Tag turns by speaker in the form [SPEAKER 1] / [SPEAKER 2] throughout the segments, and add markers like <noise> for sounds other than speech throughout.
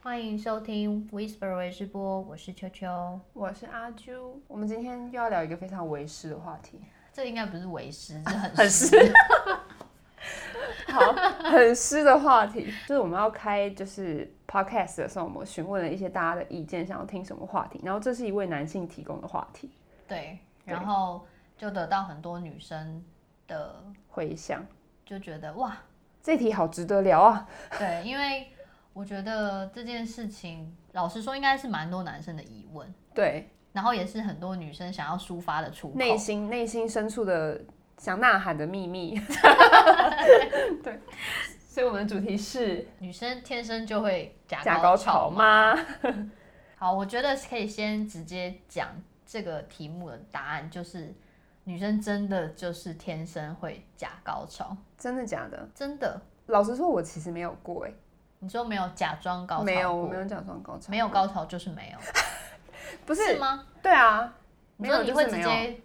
[SPEAKER 1] 欢迎收听 Whisper 微直播，我是秋秋。
[SPEAKER 2] 我是阿啾，我们今天又要聊一个非常为师的话题，
[SPEAKER 1] 这应该不是为师，这很
[SPEAKER 2] 很湿，好，很湿的话题，就是我们要开就是 podcast 的时候，我们询问了一些大家的意见，想要听什么话题，然后这是一位男性提供的话题
[SPEAKER 1] 对，
[SPEAKER 2] 对
[SPEAKER 1] 然后就得到很多女生的
[SPEAKER 2] 回想，
[SPEAKER 1] 就觉得哇，
[SPEAKER 2] 这题好值得聊啊，
[SPEAKER 1] 对，因为我觉得这件事情，老实说，应该是蛮多男生的疑问，
[SPEAKER 2] 对，
[SPEAKER 1] 然后也是很多女生想要抒发的出口。
[SPEAKER 2] 内心内心深处的想呐喊的秘密， <laughs> 对，所以我们的主题是
[SPEAKER 1] 女生天生就会假
[SPEAKER 2] 假
[SPEAKER 1] 高
[SPEAKER 2] 高潮吗？
[SPEAKER 1] 好，我觉得可以先直接讲这个题目的答案，就是女生真的就是天生会假高潮，
[SPEAKER 2] 真的假的？
[SPEAKER 1] 真的。
[SPEAKER 2] 老实说，我其实没有过哎、
[SPEAKER 1] 你说没有假装高潮过？
[SPEAKER 2] 没有，我没有假装高潮，
[SPEAKER 1] 没有高潮就是没有，
[SPEAKER 2] 不是
[SPEAKER 1] 吗？
[SPEAKER 2] 对啊，
[SPEAKER 1] 你
[SPEAKER 2] 没
[SPEAKER 1] 说
[SPEAKER 2] 有
[SPEAKER 1] 你
[SPEAKER 2] 就
[SPEAKER 1] 会
[SPEAKER 2] 是
[SPEAKER 1] 直
[SPEAKER 2] 没有。
[SPEAKER 1] 接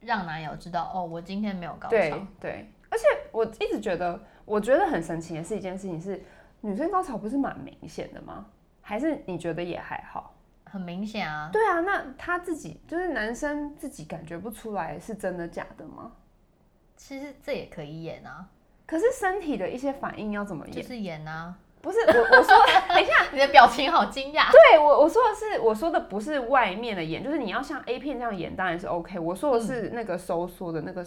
[SPEAKER 1] 让男友知道哦，我今天没有高
[SPEAKER 2] 对
[SPEAKER 1] 潮。
[SPEAKER 2] 对，而且我一直觉得，我觉得很神奇的是一件事情是，女生高潮不是蛮明显的吗？还是你觉得也还好？
[SPEAKER 1] 很明显啊，
[SPEAKER 2] 对啊，那他自己就是男生自己感觉不出来是真的假的吗？
[SPEAKER 1] 其实这也可以演啊，
[SPEAKER 2] 可是身体的一些反应要怎么
[SPEAKER 1] 就
[SPEAKER 2] 演？
[SPEAKER 1] 是演啊。
[SPEAKER 2] 不是我
[SPEAKER 1] <laughs>
[SPEAKER 2] 我说，等一下，
[SPEAKER 1] 你的表情好惊讶，
[SPEAKER 2] 对我我说的是我说的不是外面的演，就是你要像 A 片这样演当然是 OK，我说的
[SPEAKER 1] 嗯
[SPEAKER 2] 是那个收缩的那个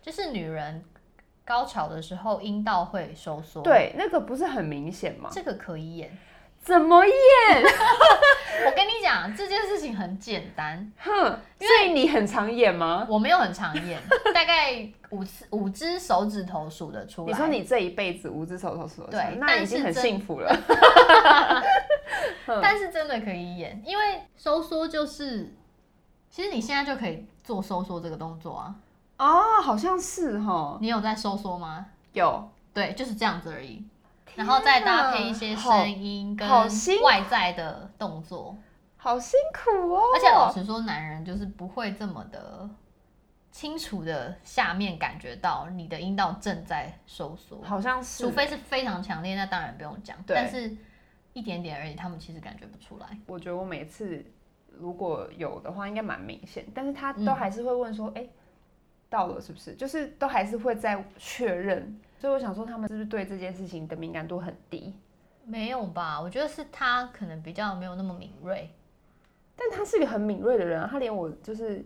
[SPEAKER 1] 就是女人高潮的时候阴道会收缩，，
[SPEAKER 2] 对，那个不是很明显吗？
[SPEAKER 1] 这个可以演。
[SPEAKER 2] 怎么演？
[SPEAKER 1] 我跟你讲，这件事情很简单，
[SPEAKER 2] <laughs> 哼，所以你很常演吗？
[SPEAKER 1] 我没有很常演，大概五次五只手指头数得出来。
[SPEAKER 2] 你说你这一辈子无只手头数得
[SPEAKER 1] 对
[SPEAKER 2] 清，那
[SPEAKER 1] 但
[SPEAKER 2] 已经
[SPEAKER 1] 是
[SPEAKER 2] 很
[SPEAKER 1] 真
[SPEAKER 2] 幸
[SPEAKER 1] <laughs>
[SPEAKER 2] 福了。嗯
[SPEAKER 1] 但是真的可以演，因为收缩就是，其实你现在就可以做收缩这个动作啊。
[SPEAKER 2] 哦，好像是哈，
[SPEAKER 1] 你有在收缩吗？
[SPEAKER 2] 有，
[SPEAKER 1] 对，就是这样子而已。然
[SPEAKER 2] 天
[SPEAKER 1] 后再搭配
[SPEAKER 2] 哪
[SPEAKER 1] 一些
[SPEAKER 2] 好
[SPEAKER 1] 声音跟
[SPEAKER 2] 好辛苦
[SPEAKER 1] 外在的动作，
[SPEAKER 2] 好辛苦哦。
[SPEAKER 1] 而且老实说，男人就是不会这么的清楚的下面感觉到你的阴道正在收缩，
[SPEAKER 2] 好像是，
[SPEAKER 1] 除非是非常强烈，那当然不用讲。
[SPEAKER 2] 对
[SPEAKER 1] 但是一点点而已，他们其实感觉不出来。
[SPEAKER 2] 我觉得我每次如果有的话，应该蛮明显，但是他都
[SPEAKER 1] 嗯
[SPEAKER 2] 还是会问说，哎、到了是不是？就是都还是会再确认。所以我想说，他们是不是对这件事情的敏感度很低？
[SPEAKER 1] 没有吧？我觉得是他可能比较没有那么敏锐。
[SPEAKER 2] 但他是一个很敏锐的人啊，他连我就是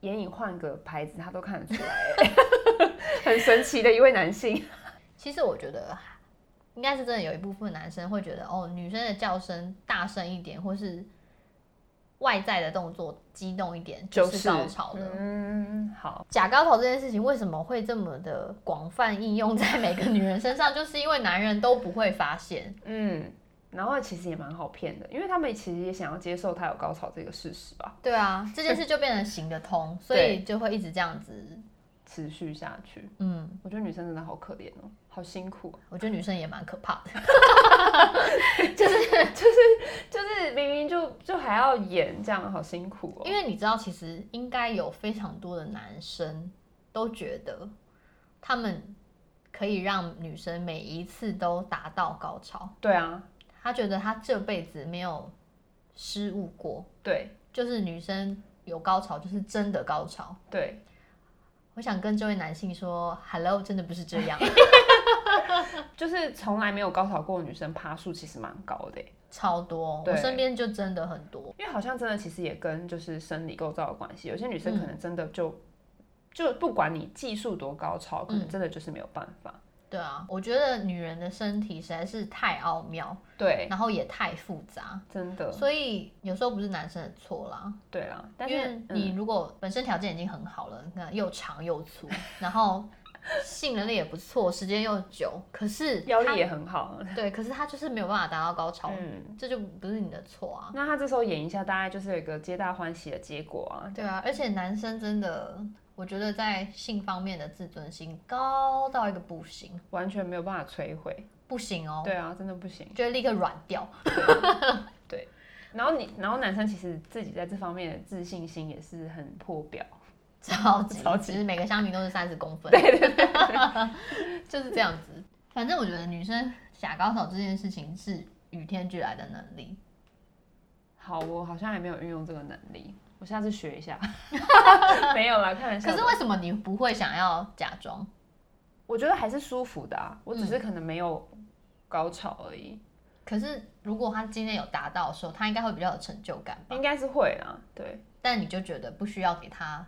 [SPEAKER 2] 眼影换个牌子，他都看得出来，欸 <laughs> 很神奇的一位男性。
[SPEAKER 1] 其实我觉得应该是真的有一部分男生会觉得，哦，女生的叫声大声一点，或是外在的动作激动一点，就是高潮了。
[SPEAKER 2] 嗯，好，
[SPEAKER 1] 假高潮这件事情为什么会这么的广泛应用在每个女人身上？就是因为男人都不会发现，
[SPEAKER 2] 嗯，然后其实也蛮好骗的，因为他们其实也想要接受他有高潮这个事实吧，
[SPEAKER 1] 对啊，这件事就变成行得 <laughs> 通，所以就会一直这样子。
[SPEAKER 2] 持续下去。
[SPEAKER 1] 嗯，
[SPEAKER 2] 我觉得女生真的好可怜哦，好辛苦哦，
[SPEAKER 1] 我觉得女生也蛮可怕的。
[SPEAKER 2] 就是明明就就还要演，这样好辛苦哦。
[SPEAKER 1] 因为你知道，其实应该有非常多的男生都觉得他们可以让女生每一次都达到高潮，
[SPEAKER 2] 对啊，
[SPEAKER 1] 他觉得他这辈子没有失误过，
[SPEAKER 2] 对
[SPEAKER 1] 就是女生有高潮就是真的高潮。
[SPEAKER 2] 对，
[SPEAKER 1] 我想跟这位男性说，Hello，真的不是这样，
[SPEAKER 2] 就是从来没有高潮过的女生趴数其实蛮高的欸耶，
[SPEAKER 1] 超多，
[SPEAKER 2] 对
[SPEAKER 1] 我身边就真的很多。
[SPEAKER 2] 因为好像真的其实也跟就是生理构造有关系，有些女
[SPEAKER 1] 嗯
[SPEAKER 2] 生可能真的就、就不管你技术多高超，
[SPEAKER 1] 嗯
[SPEAKER 2] 可能真的就是没有办法。
[SPEAKER 1] 对啊，我觉得女人的身体实在是太奥妙，
[SPEAKER 2] 对，
[SPEAKER 1] 然后也太复杂，
[SPEAKER 2] 真的，
[SPEAKER 1] 所以有时候不是男生的错啦。
[SPEAKER 2] 对啦，但
[SPEAKER 1] 因
[SPEAKER 2] 是
[SPEAKER 1] 为你
[SPEAKER 2] 嗯、
[SPEAKER 1] 如果本身条件已经很好了，那又长又粗，然后性能力也不错，时间又久，可是
[SPEAKER 2] <laughs> 腰
[SPEAKER 1] 他
[SPEAKER 2] 力也很好，啊
[SPEAKER 1] 对，可是他就是没有办法达到高潮，
[SPEAKER 2] 嗯。
[SPEAKER 1] 这就不是你的错啊。
[SPEAKER 2] 那他这时候演一下，大概就是有一个皆大欢喜的结果啊。
[SPEAKER 1] 对啊，而且男生真的，我觉得在性方面的自尊心高到一个不行，
[SPEAKER 2] 完全没有办法摧毁。
[SPEAKER 1] 不行哦，
[SPEAKER 2] 对啊，真的不行。
[SPEAKER 1] 就会立刻软掉。
[SPEAKER 2] 然后你，然后男生其实自己在这方面的自信心也是很破表。
[SPEAKER 1] 超级，
[SPEAKER 2] 超级
[SPEAKER 1] 其实每个香槟都是三十公分，
[SPEAKER 2] <laughs> 对
[SPEAKER 1] 对对，就是这样子。反正我觉得女生假高潮这件事情是与天俱来的能力。
[SPEAKER 2] 好，我好像还没有运用这个能力，我下次学一下。 <laughs> 没有啦，开玩笑
[SPEAKER 1] 可
[SPEAKER 2] 的。
[SPEAKER 1] 是为什么你不会想要假装？
[SPEAKER 2] 我觉得还是舒服的啊，我只是可能没有高潮而已，
[SPEAKER 1] 可是如果他今天有达到的时候，他应该会比较有成就感吧？
[SPEAKER 2] 应该是会啦。对，
[SPEAKER 1] 但你就觉得不需要给他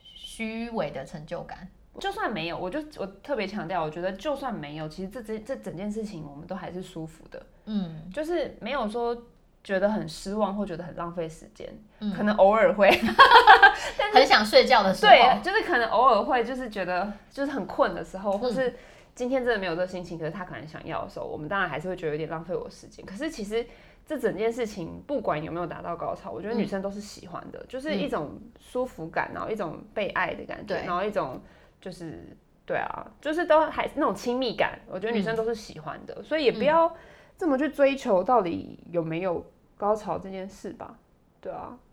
[SPEAKER 1] 虚伪的成就感。
[SPEAKER 2] 就算没有，我就我特别强调，我觉得就算没有，其实这这这整件事情我们都还是舒服的，
[SPEAKER 1] 嗯，
[SPEAKER 2] 就是没有说觉得很失望或觉得很浪费时间，
[SPEAKER 1] 嗯
[SPEAKER 2] 可能偶尔会，
[SPEAKER 1] 很想睡觉的时候，
[SPEAKER 2] 对，就是可能偶尔会就是觉得就是很困的时
[SPEAKER 1] 嗯
[SPEAKER 2] 候，或是今天真的没有这个心情，可是他可能想要的时候，我们当然还是会觉得有点浪费我时间。可是其实这整件事情不管有没有达到高潮，我觉得女生都是喜欢
[SPEAKER 1] 嗯
[SPEAKER 2] 的，就是一种舒服感，然后一种被爱的感觉，
[SPEAKER 1] 对
[SPEAKER 2] 然后一种就是对啊，就是都还那种亲密感，我觉得女生都是喜欢
[SPEAKER 1] 嗯
[SPEAKER 2] 的，所以也不要这么去追求到底有没有高潮这件事吧，对啊。 <laughs>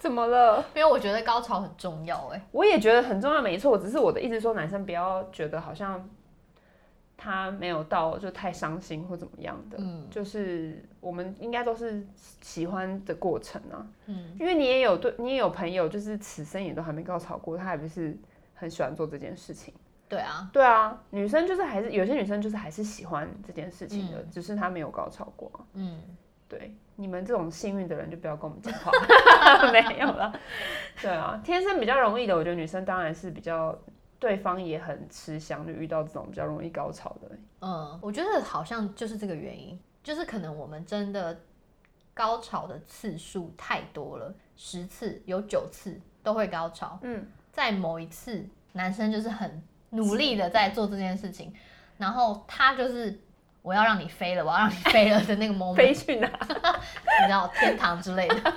[SPEAKER 2] 怎么了？
[SPEAKER 1] 因为我觉得高潮很重要哎、
[SPEAKER 2] 我也觉得很重要，没错。只是我的一直说，男生不要觉得好像他没有到就太伤心或怎么样的。
[SPEAKER 1] 嗯
[SPEAKER 2] 就是我们应该都是喜欢的过程啊，
[SPEAKER 1] 嗯，
[SPEAKER 2] 因为你也有对你也有朋友，就是此生也都还没高潮过，他还不是很喜欢做这件事情。
[SPEAKER 1] 对啊，
[SPEAKER 2] 对啊，女生就是还是有些女生就是还是喜欢这件事情的，只是她没有高潮过啊。
[SPEAKER 1] 嗯，
[SPEAKER 2] 对，你们这种幸运的人就不要跟我们讲话，没有了。对啊，天生比较容易的，我觉得女生当然是比较，对方也很吃香，就遇到这种比较容易高潮的。
[SPEAKER 1] 嗯，我觉得好像就是这个原因，就是可能我们真的高潮的次数太多了，十次有九次都会高潮。
[SPEAKER 2] 嗯，
[SPEAKER 1] 在某一次，男生就是很努力的在做这件事情，然后他就是我要让你飞了，我要让你飞了的那个 moment，
[SPEAKER 2] <laughs> 飞去哪？
[SPEAKER 1] 你知道天堂之类
[SPEAKER 2] <laughs>
[SPEAKER 1] 的。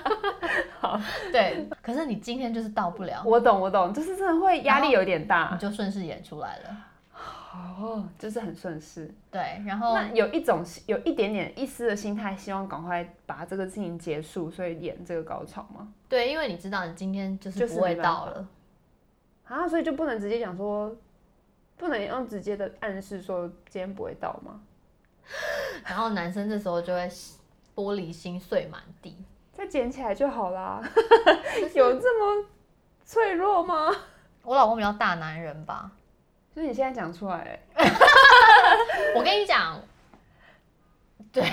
[SPEAKER 1] 对，可是你今天就是到不了，
[SPEAKER 2] 我懂，我懂，就是真的会压力有点
[SPEAKER 1] 你
[SPEAKER 2] 大。
[SPEAKER 1] 就顺势演出来了。
[SPEAKER 2] 哦，就是很顺势。
[SPEAKER 1] 对，然后
[SPEAKER 2] 那有一种有一点点一丝的心态，希望赶快把这个事情结束，所以演这个高潮吗？
[SPEAKER 1] 对，因为你知道你今天就是
[SPEAKER 2] 就是
[SPEAKER 1] 不会
[SPEAKER 2] 没办法
[SPEAKER 1] 到了，
[SPEAKER 2] 啊，所以就不能直接讲说，不能用直接的暗示说今天不会到吗？
[SPEAKER 1] 然后男生这时候就会玻璃心碎满地。
[SPEAKER 2] 再捡起来就
[SPEAKER 1] <laughs>
[SPEAKER 2] 好啦。有这么脆弱吗？
[SPEAKER 1] 我老公比较大男人吧，
[SPEAKER 2] 就是你现在讲出来、欸，
[SPEAKER 1] 我跟你讲，对，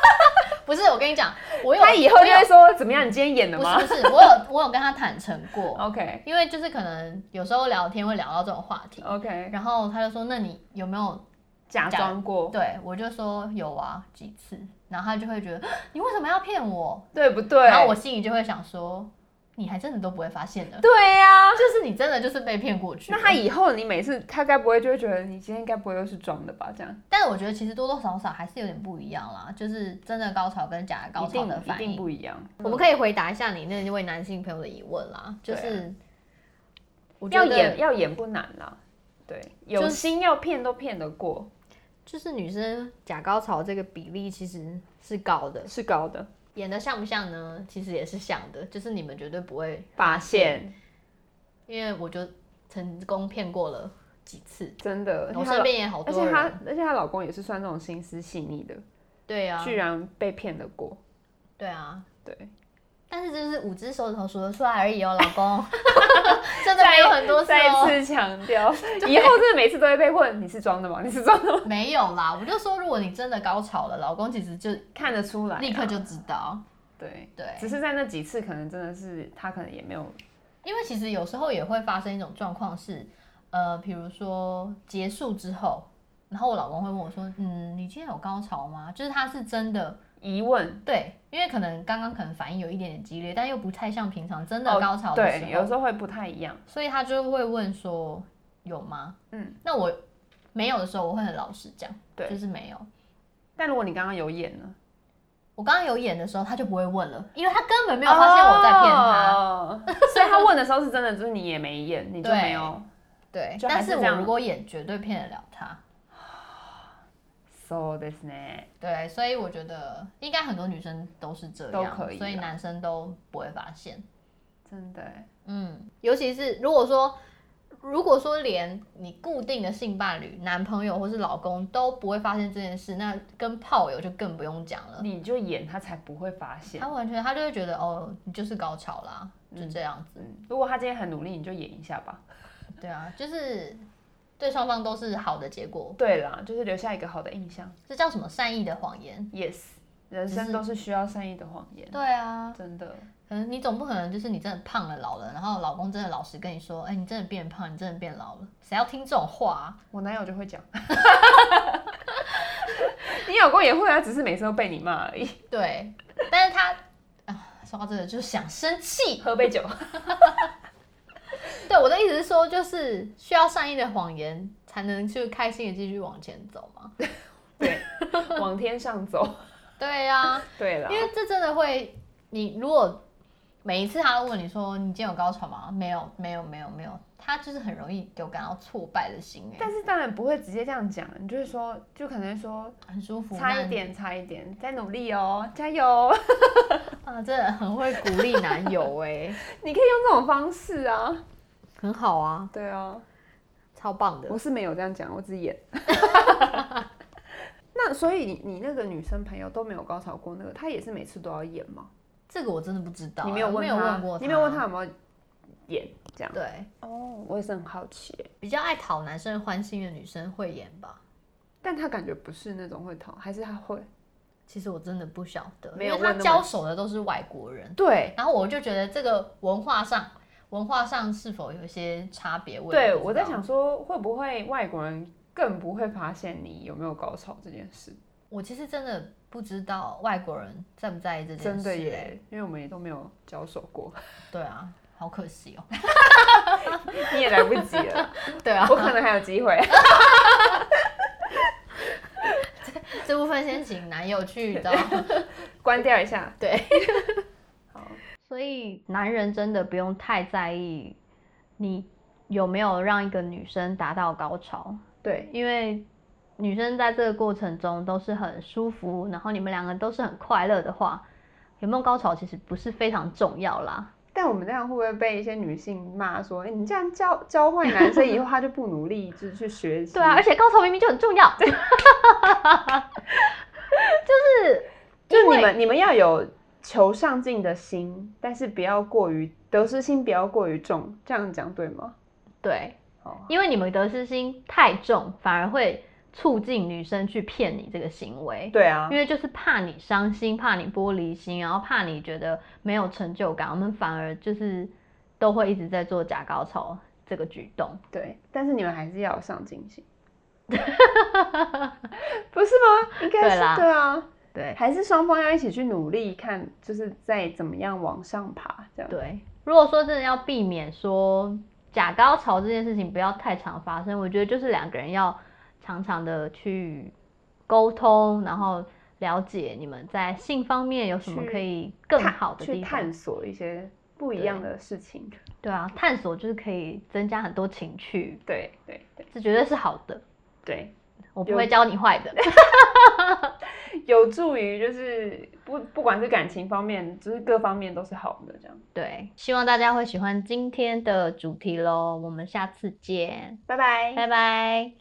[SPEAKER 1] <laughs> 不是我跟你讲，我有
[SPEAKER 2] 他以后
[SPEAKER 1] 我
[SPEAKER 2] 就
[SPEAKER 1] 有
[SPEAKER 2] 会说怎么样？你今天演的
[SPEAKER 1] 不
[SPEAKER 2] 吗
[SPEAKER 1] 是不是，我有我有跟他坦诚过，
[SPEAKER 2] ？OK
[SPEAKER 1] 因为就是可能有时候聊天会聊到这种话题，
[SPEAKER 2] OK，
[SPEAKER 1] 然后他就说那你有没有
[SPEAKER 2] 假装过，
[SPEAKER 1] 对我就说有啊几次，然后他就会觉得你为什么要骗我？
[SPEAKER 2] 对不对？
[SPEAKER 1] 然后我心里就会想说，你还真的都不会发现的，
[SPEAKER 2] 对呀、
[SPEAKER 1] 就是你真的就是被骗过去了。
[SPEAKER 2] 那他以后你每次他该不会就会觉得你今天该不会又是装的吧？这样
[SPEAKER 1] 但我觉得其实多多少少还是有点不一样啦，就是真的高潮跟假的高
[SPEAKER 2] 一
[SPEAKER 1] 潮
[SPEAKER 2] 定
[SPEAKER 1] 的
[SPEAKER 2] 一
[SPEAKER 1] 反
[SPEAKER 2] 定
[SPEAKER 1] 应。
[SPEAKER 2] 不一样。啊
[SPEAKER 1] 我们可以回答一下你那位男性朋友的疑问啦，就是我觉
[SPEAKER 2] 要
[SPEAKER 1] 得
[SPEAKER 2] 演要演不难啦，对，有
[SPEAKER 1] 就是
[SPEAKER 2] 心要骗都骗得过，
[SPEAKER 1] 就是女生假高潮这个比例其实是高的，
[SPEAKER 2] 是高的。
[SPEAKER 1] 演的像不像呢？其实也是像的，就是你们绝对不会，
[SPEAKER 2] 发现
[SPEAKER 1] 因为我就成功骗过了几次，
[SPEAKER 2] 真的，
[SPEAKER 1] 我
[SPEAKER 2] 而且她
[SPEAKER 1] 身边也好
[SPEAKER 2] 而且
[SPEAKER 1] 多
[SPEAKER 2] 她
[SPEAKER 1] 人，
[SPEAKER 2] 而且她老公也是算那种心思细腻的，
[SPEAKER 1] 对啊，
[SPEAKER 2] 居然被骗得过，
[SPEAKER 1] 对啊，
[SPEAKER 2] 对。
[SPEAKER 1] 但是就是五只手指头数得出来而已哦，老
[SPEAKER 2] <laughs>
[SPEAKER 1] 公，真的没有很多次
[SPEAKER 2] 再
[SPEAKER 1] 哦，
[SPEAKER 2] 次强
[SPEAKER 1] <laughs>
[SPEAKER 2] 调，以后真的每次都会被问你是装的吗？你是装的吗？ <laughs>
[SPEAKER 1] 没有啦，我就说如果你真的高潮了，老公其实就
[SPEAKER 2] 看得出来啊、
[SPEAKER 1] 立刻就知道，
[SPEAKER 2] 对
[SPEAKER 1] 对
[SPEAKER 2] 只是在那几次，可能真的是他可能也没有
[SPEAKER 1] 因为其实有时候也会发生一种状况是，呃，比如说结束之后，然后我老公会问我说，嗯，你今天有高潮吗？就是他是真的
[SPEAKER 2] 疑问，
[SPEAKER 1] 对，因为可能刚刚可能反应有一点点激烈，但又不太像平常真的高潮的时
[SPEAKER 2] 哦对，
[SPEAKER 1] 候，
[SPEAKER 2] 有时候会不太一样。
[SPEAKER 1] 所以他就会问说有吗？嗯，那我没有的时候，我会很老实讲，
[SPEAKER 2] 对
[SPEAKER 1] 就是没有。
[SPEAKER 2] 但如果你刚刚有演呢，
[SPEAKER 1] 我刚刚有演的时候，他就不会问了，因为他根本没有发现我在骗他。
[SPEAKER 2] 哦 <laughs> 所以他问的时候是真的，就是你也没演，你就
[SPEAKER 1] 对
[SPEAKER 2] 没有。
[SPEAKER 1] 对，
[SPEAKER 2] 就还
[SPEAKER 1] 但
[SPEAKER 2] 是
[SPEAKER 1] 是
[SPEAKER 2] 这
[SPEAKER 1] 我
[SPEAKER 2] 样
[SPEAKER 1] 如果演，绝对骗得了他。
[SPEAKER 2] So this 呢？
[SPEAKER 1] 对，所以我觉得应该很多女生都是这
[SPEAKER 2] 都
[SPEAKER 1] 样，
[SPEAKER 2] 可以
[SPEAKER 1] 所以
[SPEAKER 2] 啦
[SPEAKER 1] 男生都不会发现。
[SPEAKER 2] 真的耶，
[SPEAKER 1] 嗯，尤其是如果说如果说连你固定的性伴侣、男朋友或是老公都不会发现这件事，那跟炮友就更不用讲了。
[SPEAKER 2] 你就演他才不会发现。
[SPEAKER 1] 他完全他就会觉得哦，你就是高潮啦，就这样子。
[SPEAKER 2] 嗯，如果他今天很努力，你就演一下吧。
[SPEAKER 1] 对啊，就是对双方都是好的结果。
[SPEAKER 2] 对啦，就是留下一个好的印象。
[SPEAKER 1] 这叫什么善意的谎言？
[SPEAKER 2] Yes，人生都是需要善意的谎言，
[SPEAKER 1] 对啊，
[SPEAKER 2] 真的。
[SPEAKER 1] 可能你总不可能就是你真的胖了老了，然后老公真的老实跟你说，哎、你真的变胖，你真的变老了，谁要听这种话、啊？
[SPEAKER 2] 我男友就会 <laughs> 讲，你老公也会啊，只是每次都被你骂而已。
[SPEAKER 1] 对，但是他啊，说到这个就想生气。
[SPEAKER 2] 喝杯酒，
[SPEAKER 1] 对我的意思是说，就是需要善意的谎言才能去开心的继续往前走嘛。
[SPEAKER 2] <laughs> 对，往天上走。
[SPEAKER 1] 对呀、
[SPEAKER 2] 对啦
[SPEAKER 1] 因，为这真的会，你如果每一次他都问你说你今天有高潮吗？没有，没有，没有，没有，他就是很容易给我感到挫败的心哎，
[SPEAKER 2] 但是当然不会直接这样讲，你就是说，就可能说
[SPEAKER 1] 很舒服，
[SPEAKER 2] 差一点，差一点，再努力哦，加油！
[SPEAKER 1] 那啊，真的很会鼓励男友哎，
[SPEAKER 2] 你可以用这种方式啊。
[SPEAKER 1] <laughs> 很好啊，
[SPEAKER 2] 对啊，
[SPEAKER 1] 超棒的。
[SPEAKER 2] 我是没有这样讲，我只是 <laughs> 演。那所以你你那个女生朋友都没有高潮过，那个她也是每次都要演吗？
[SPEAKER 1] 这个我真的不知道，
[SPEAKER 2] 你没有
[SPEAKER 1] 我
[SPEAKER 2] 问
[SPEAKER 1] 没
[SPEAKER 2] 她，
[SPEAKER 1] 有问过，
[SPEAKER 2] 你没有问她，有没有演这样？
[SPEAKER 1] 对，
[SPEAKER 2] 哦，我也是很好奇耶，
[SPEAKER 1] 比较爱讨男生欢心的女生会演吧？
[SPEAKER 2] 但她感觉不是那种会逃，还是她会？
[SPEAKER 1] 其实我真的不晓得，
[SPEAKER 2] 没
[SPEAKER 1] 因
[SPEAKER 2] 有
[SPEAKER 1] 为他
[SPEAKER 2] 问那么
[SPEAKER 1] 交手的都是外国人，
[SPEAKER 2] 对，
[SPEAKER 1] 然后我就觉得这个文化上文化上是否有一些差别？也
[SPEAKER 2] 对
[SPEAKER 1] 不知
[SPEAKER 2] 我在
[SPEAKER 1] 道，
[SPEAKER 2] 想说，会不会外国人更不会发现你有没有高潮这件事？
[SPEAKER 1] 我其实真的不知道外国人在不在意这件
[SPEAKER 2] 真
[SPEAKER 1] 事、
[SPEAKER 2] 的
[SPEAKER 1] 欸，
[SPEAKER 2] 耶，因为我们也都没有交手过， <laughs>
[SPEAKER 1] 对啊，好可惜哦。 <laughs>
[SPEAKER 2] 你也来不及了，
[SPEAKER 1] 对啊，
[SPEAKER 2] 我可能还有机会。 <laughs>
[SPEAKER 1] 这部分先请男友去 <laughs>
[SPEAKER 2] <laughs>
[SPEAKER 1] 的。
[SPEAKER 2] 关掉一下。
[SPEAKER 1] 对，
[SPEAKER 2] 好，
[SPEAKER 1] 所以男人真的不用太在意你有没有让一个女生达到高潮，
[SPEAKER 2] 对，
[SPEAKER 1] 因为女生在这个过程中都是很舒服，然后你们两个都是很快乐的话，有没有高潮其实不是非常重要啦。
[SPEAKER 2] 但我们这样会不会被一些女性骂说，哎、你这样教教坏男生，以后他就不努力，就是去学习？
[SPEAKER 1] 对啊，而且高潮明明就很重要。就是
[SPEAKER 2] 就
[SPEAKER 1] 因为
[SPEAKER 2] 你们你们要有求上进的心，但是不要过于得失心不要过于重，这样讲对吗？
[SPEAKER 1] 对，
[SPEAKER 2] 哦，
[SPEAKER 1] 因为你们得失心太重，反而会促进女生去骗你这个行为。
[SPEAKER 2] 对啊
[SPEAKER 1] 因，为就是怕你伤心，怕你玻璃心，然后怕你觉得没有成就感，我们反而就是都会一直在做假高潮这个举动。
[SPEAKER 2] 对，但是你们还是要有上进
[SPEAKER 1] <laughs>
[SPEAKER 2] 心。不是吗？应该
[SPEAKER 1] 对
[SPEAKER 2] 是
[SPEAKER 1] 啦
[SPEAKER 2] 对啊，
[SPEAKER 1] 对
[SPEAKER 2] 还是双方要一起去努力，看就是再怎么样往上爬，这样。
[SPEAKER 1] 对，如果说真的要避免说假高潮这件事情不要太常发生，我觉得就是两个人要常常的去沟通，然后了解你们在性方面有什么
[SPEAKER 2] 去
[SPEAKER 1] 可以更
[SPEAKER 2] 探
[SPEAKER 1] 好的
[SPEAKER 2] 去
[SPEAKER 1] 地方
[SPEAKER 2] 探。索一些不一样的事情。
[SPEAKER 1] 对啊，探索就是可以增加很多情趣，
[SPEAKER 2] 对对对
[SPEAKER 1] 这绝对是好的。
[SPEAKER 2] 对，
[SPEAKER 1] 我不
[SPEAKER 2] 有
[SPEAKER 1] 会教你坏的。
[SPEAKER 2] 有助于就是不不管是感情方面，就是各方面都是好的这样。
[SPEAKER 1] 对，希望大家会喜欢今天的主题喽，我们下次见，
[SPEAKER 2] 拜拜。
[SPEAKER 1] 拜拜。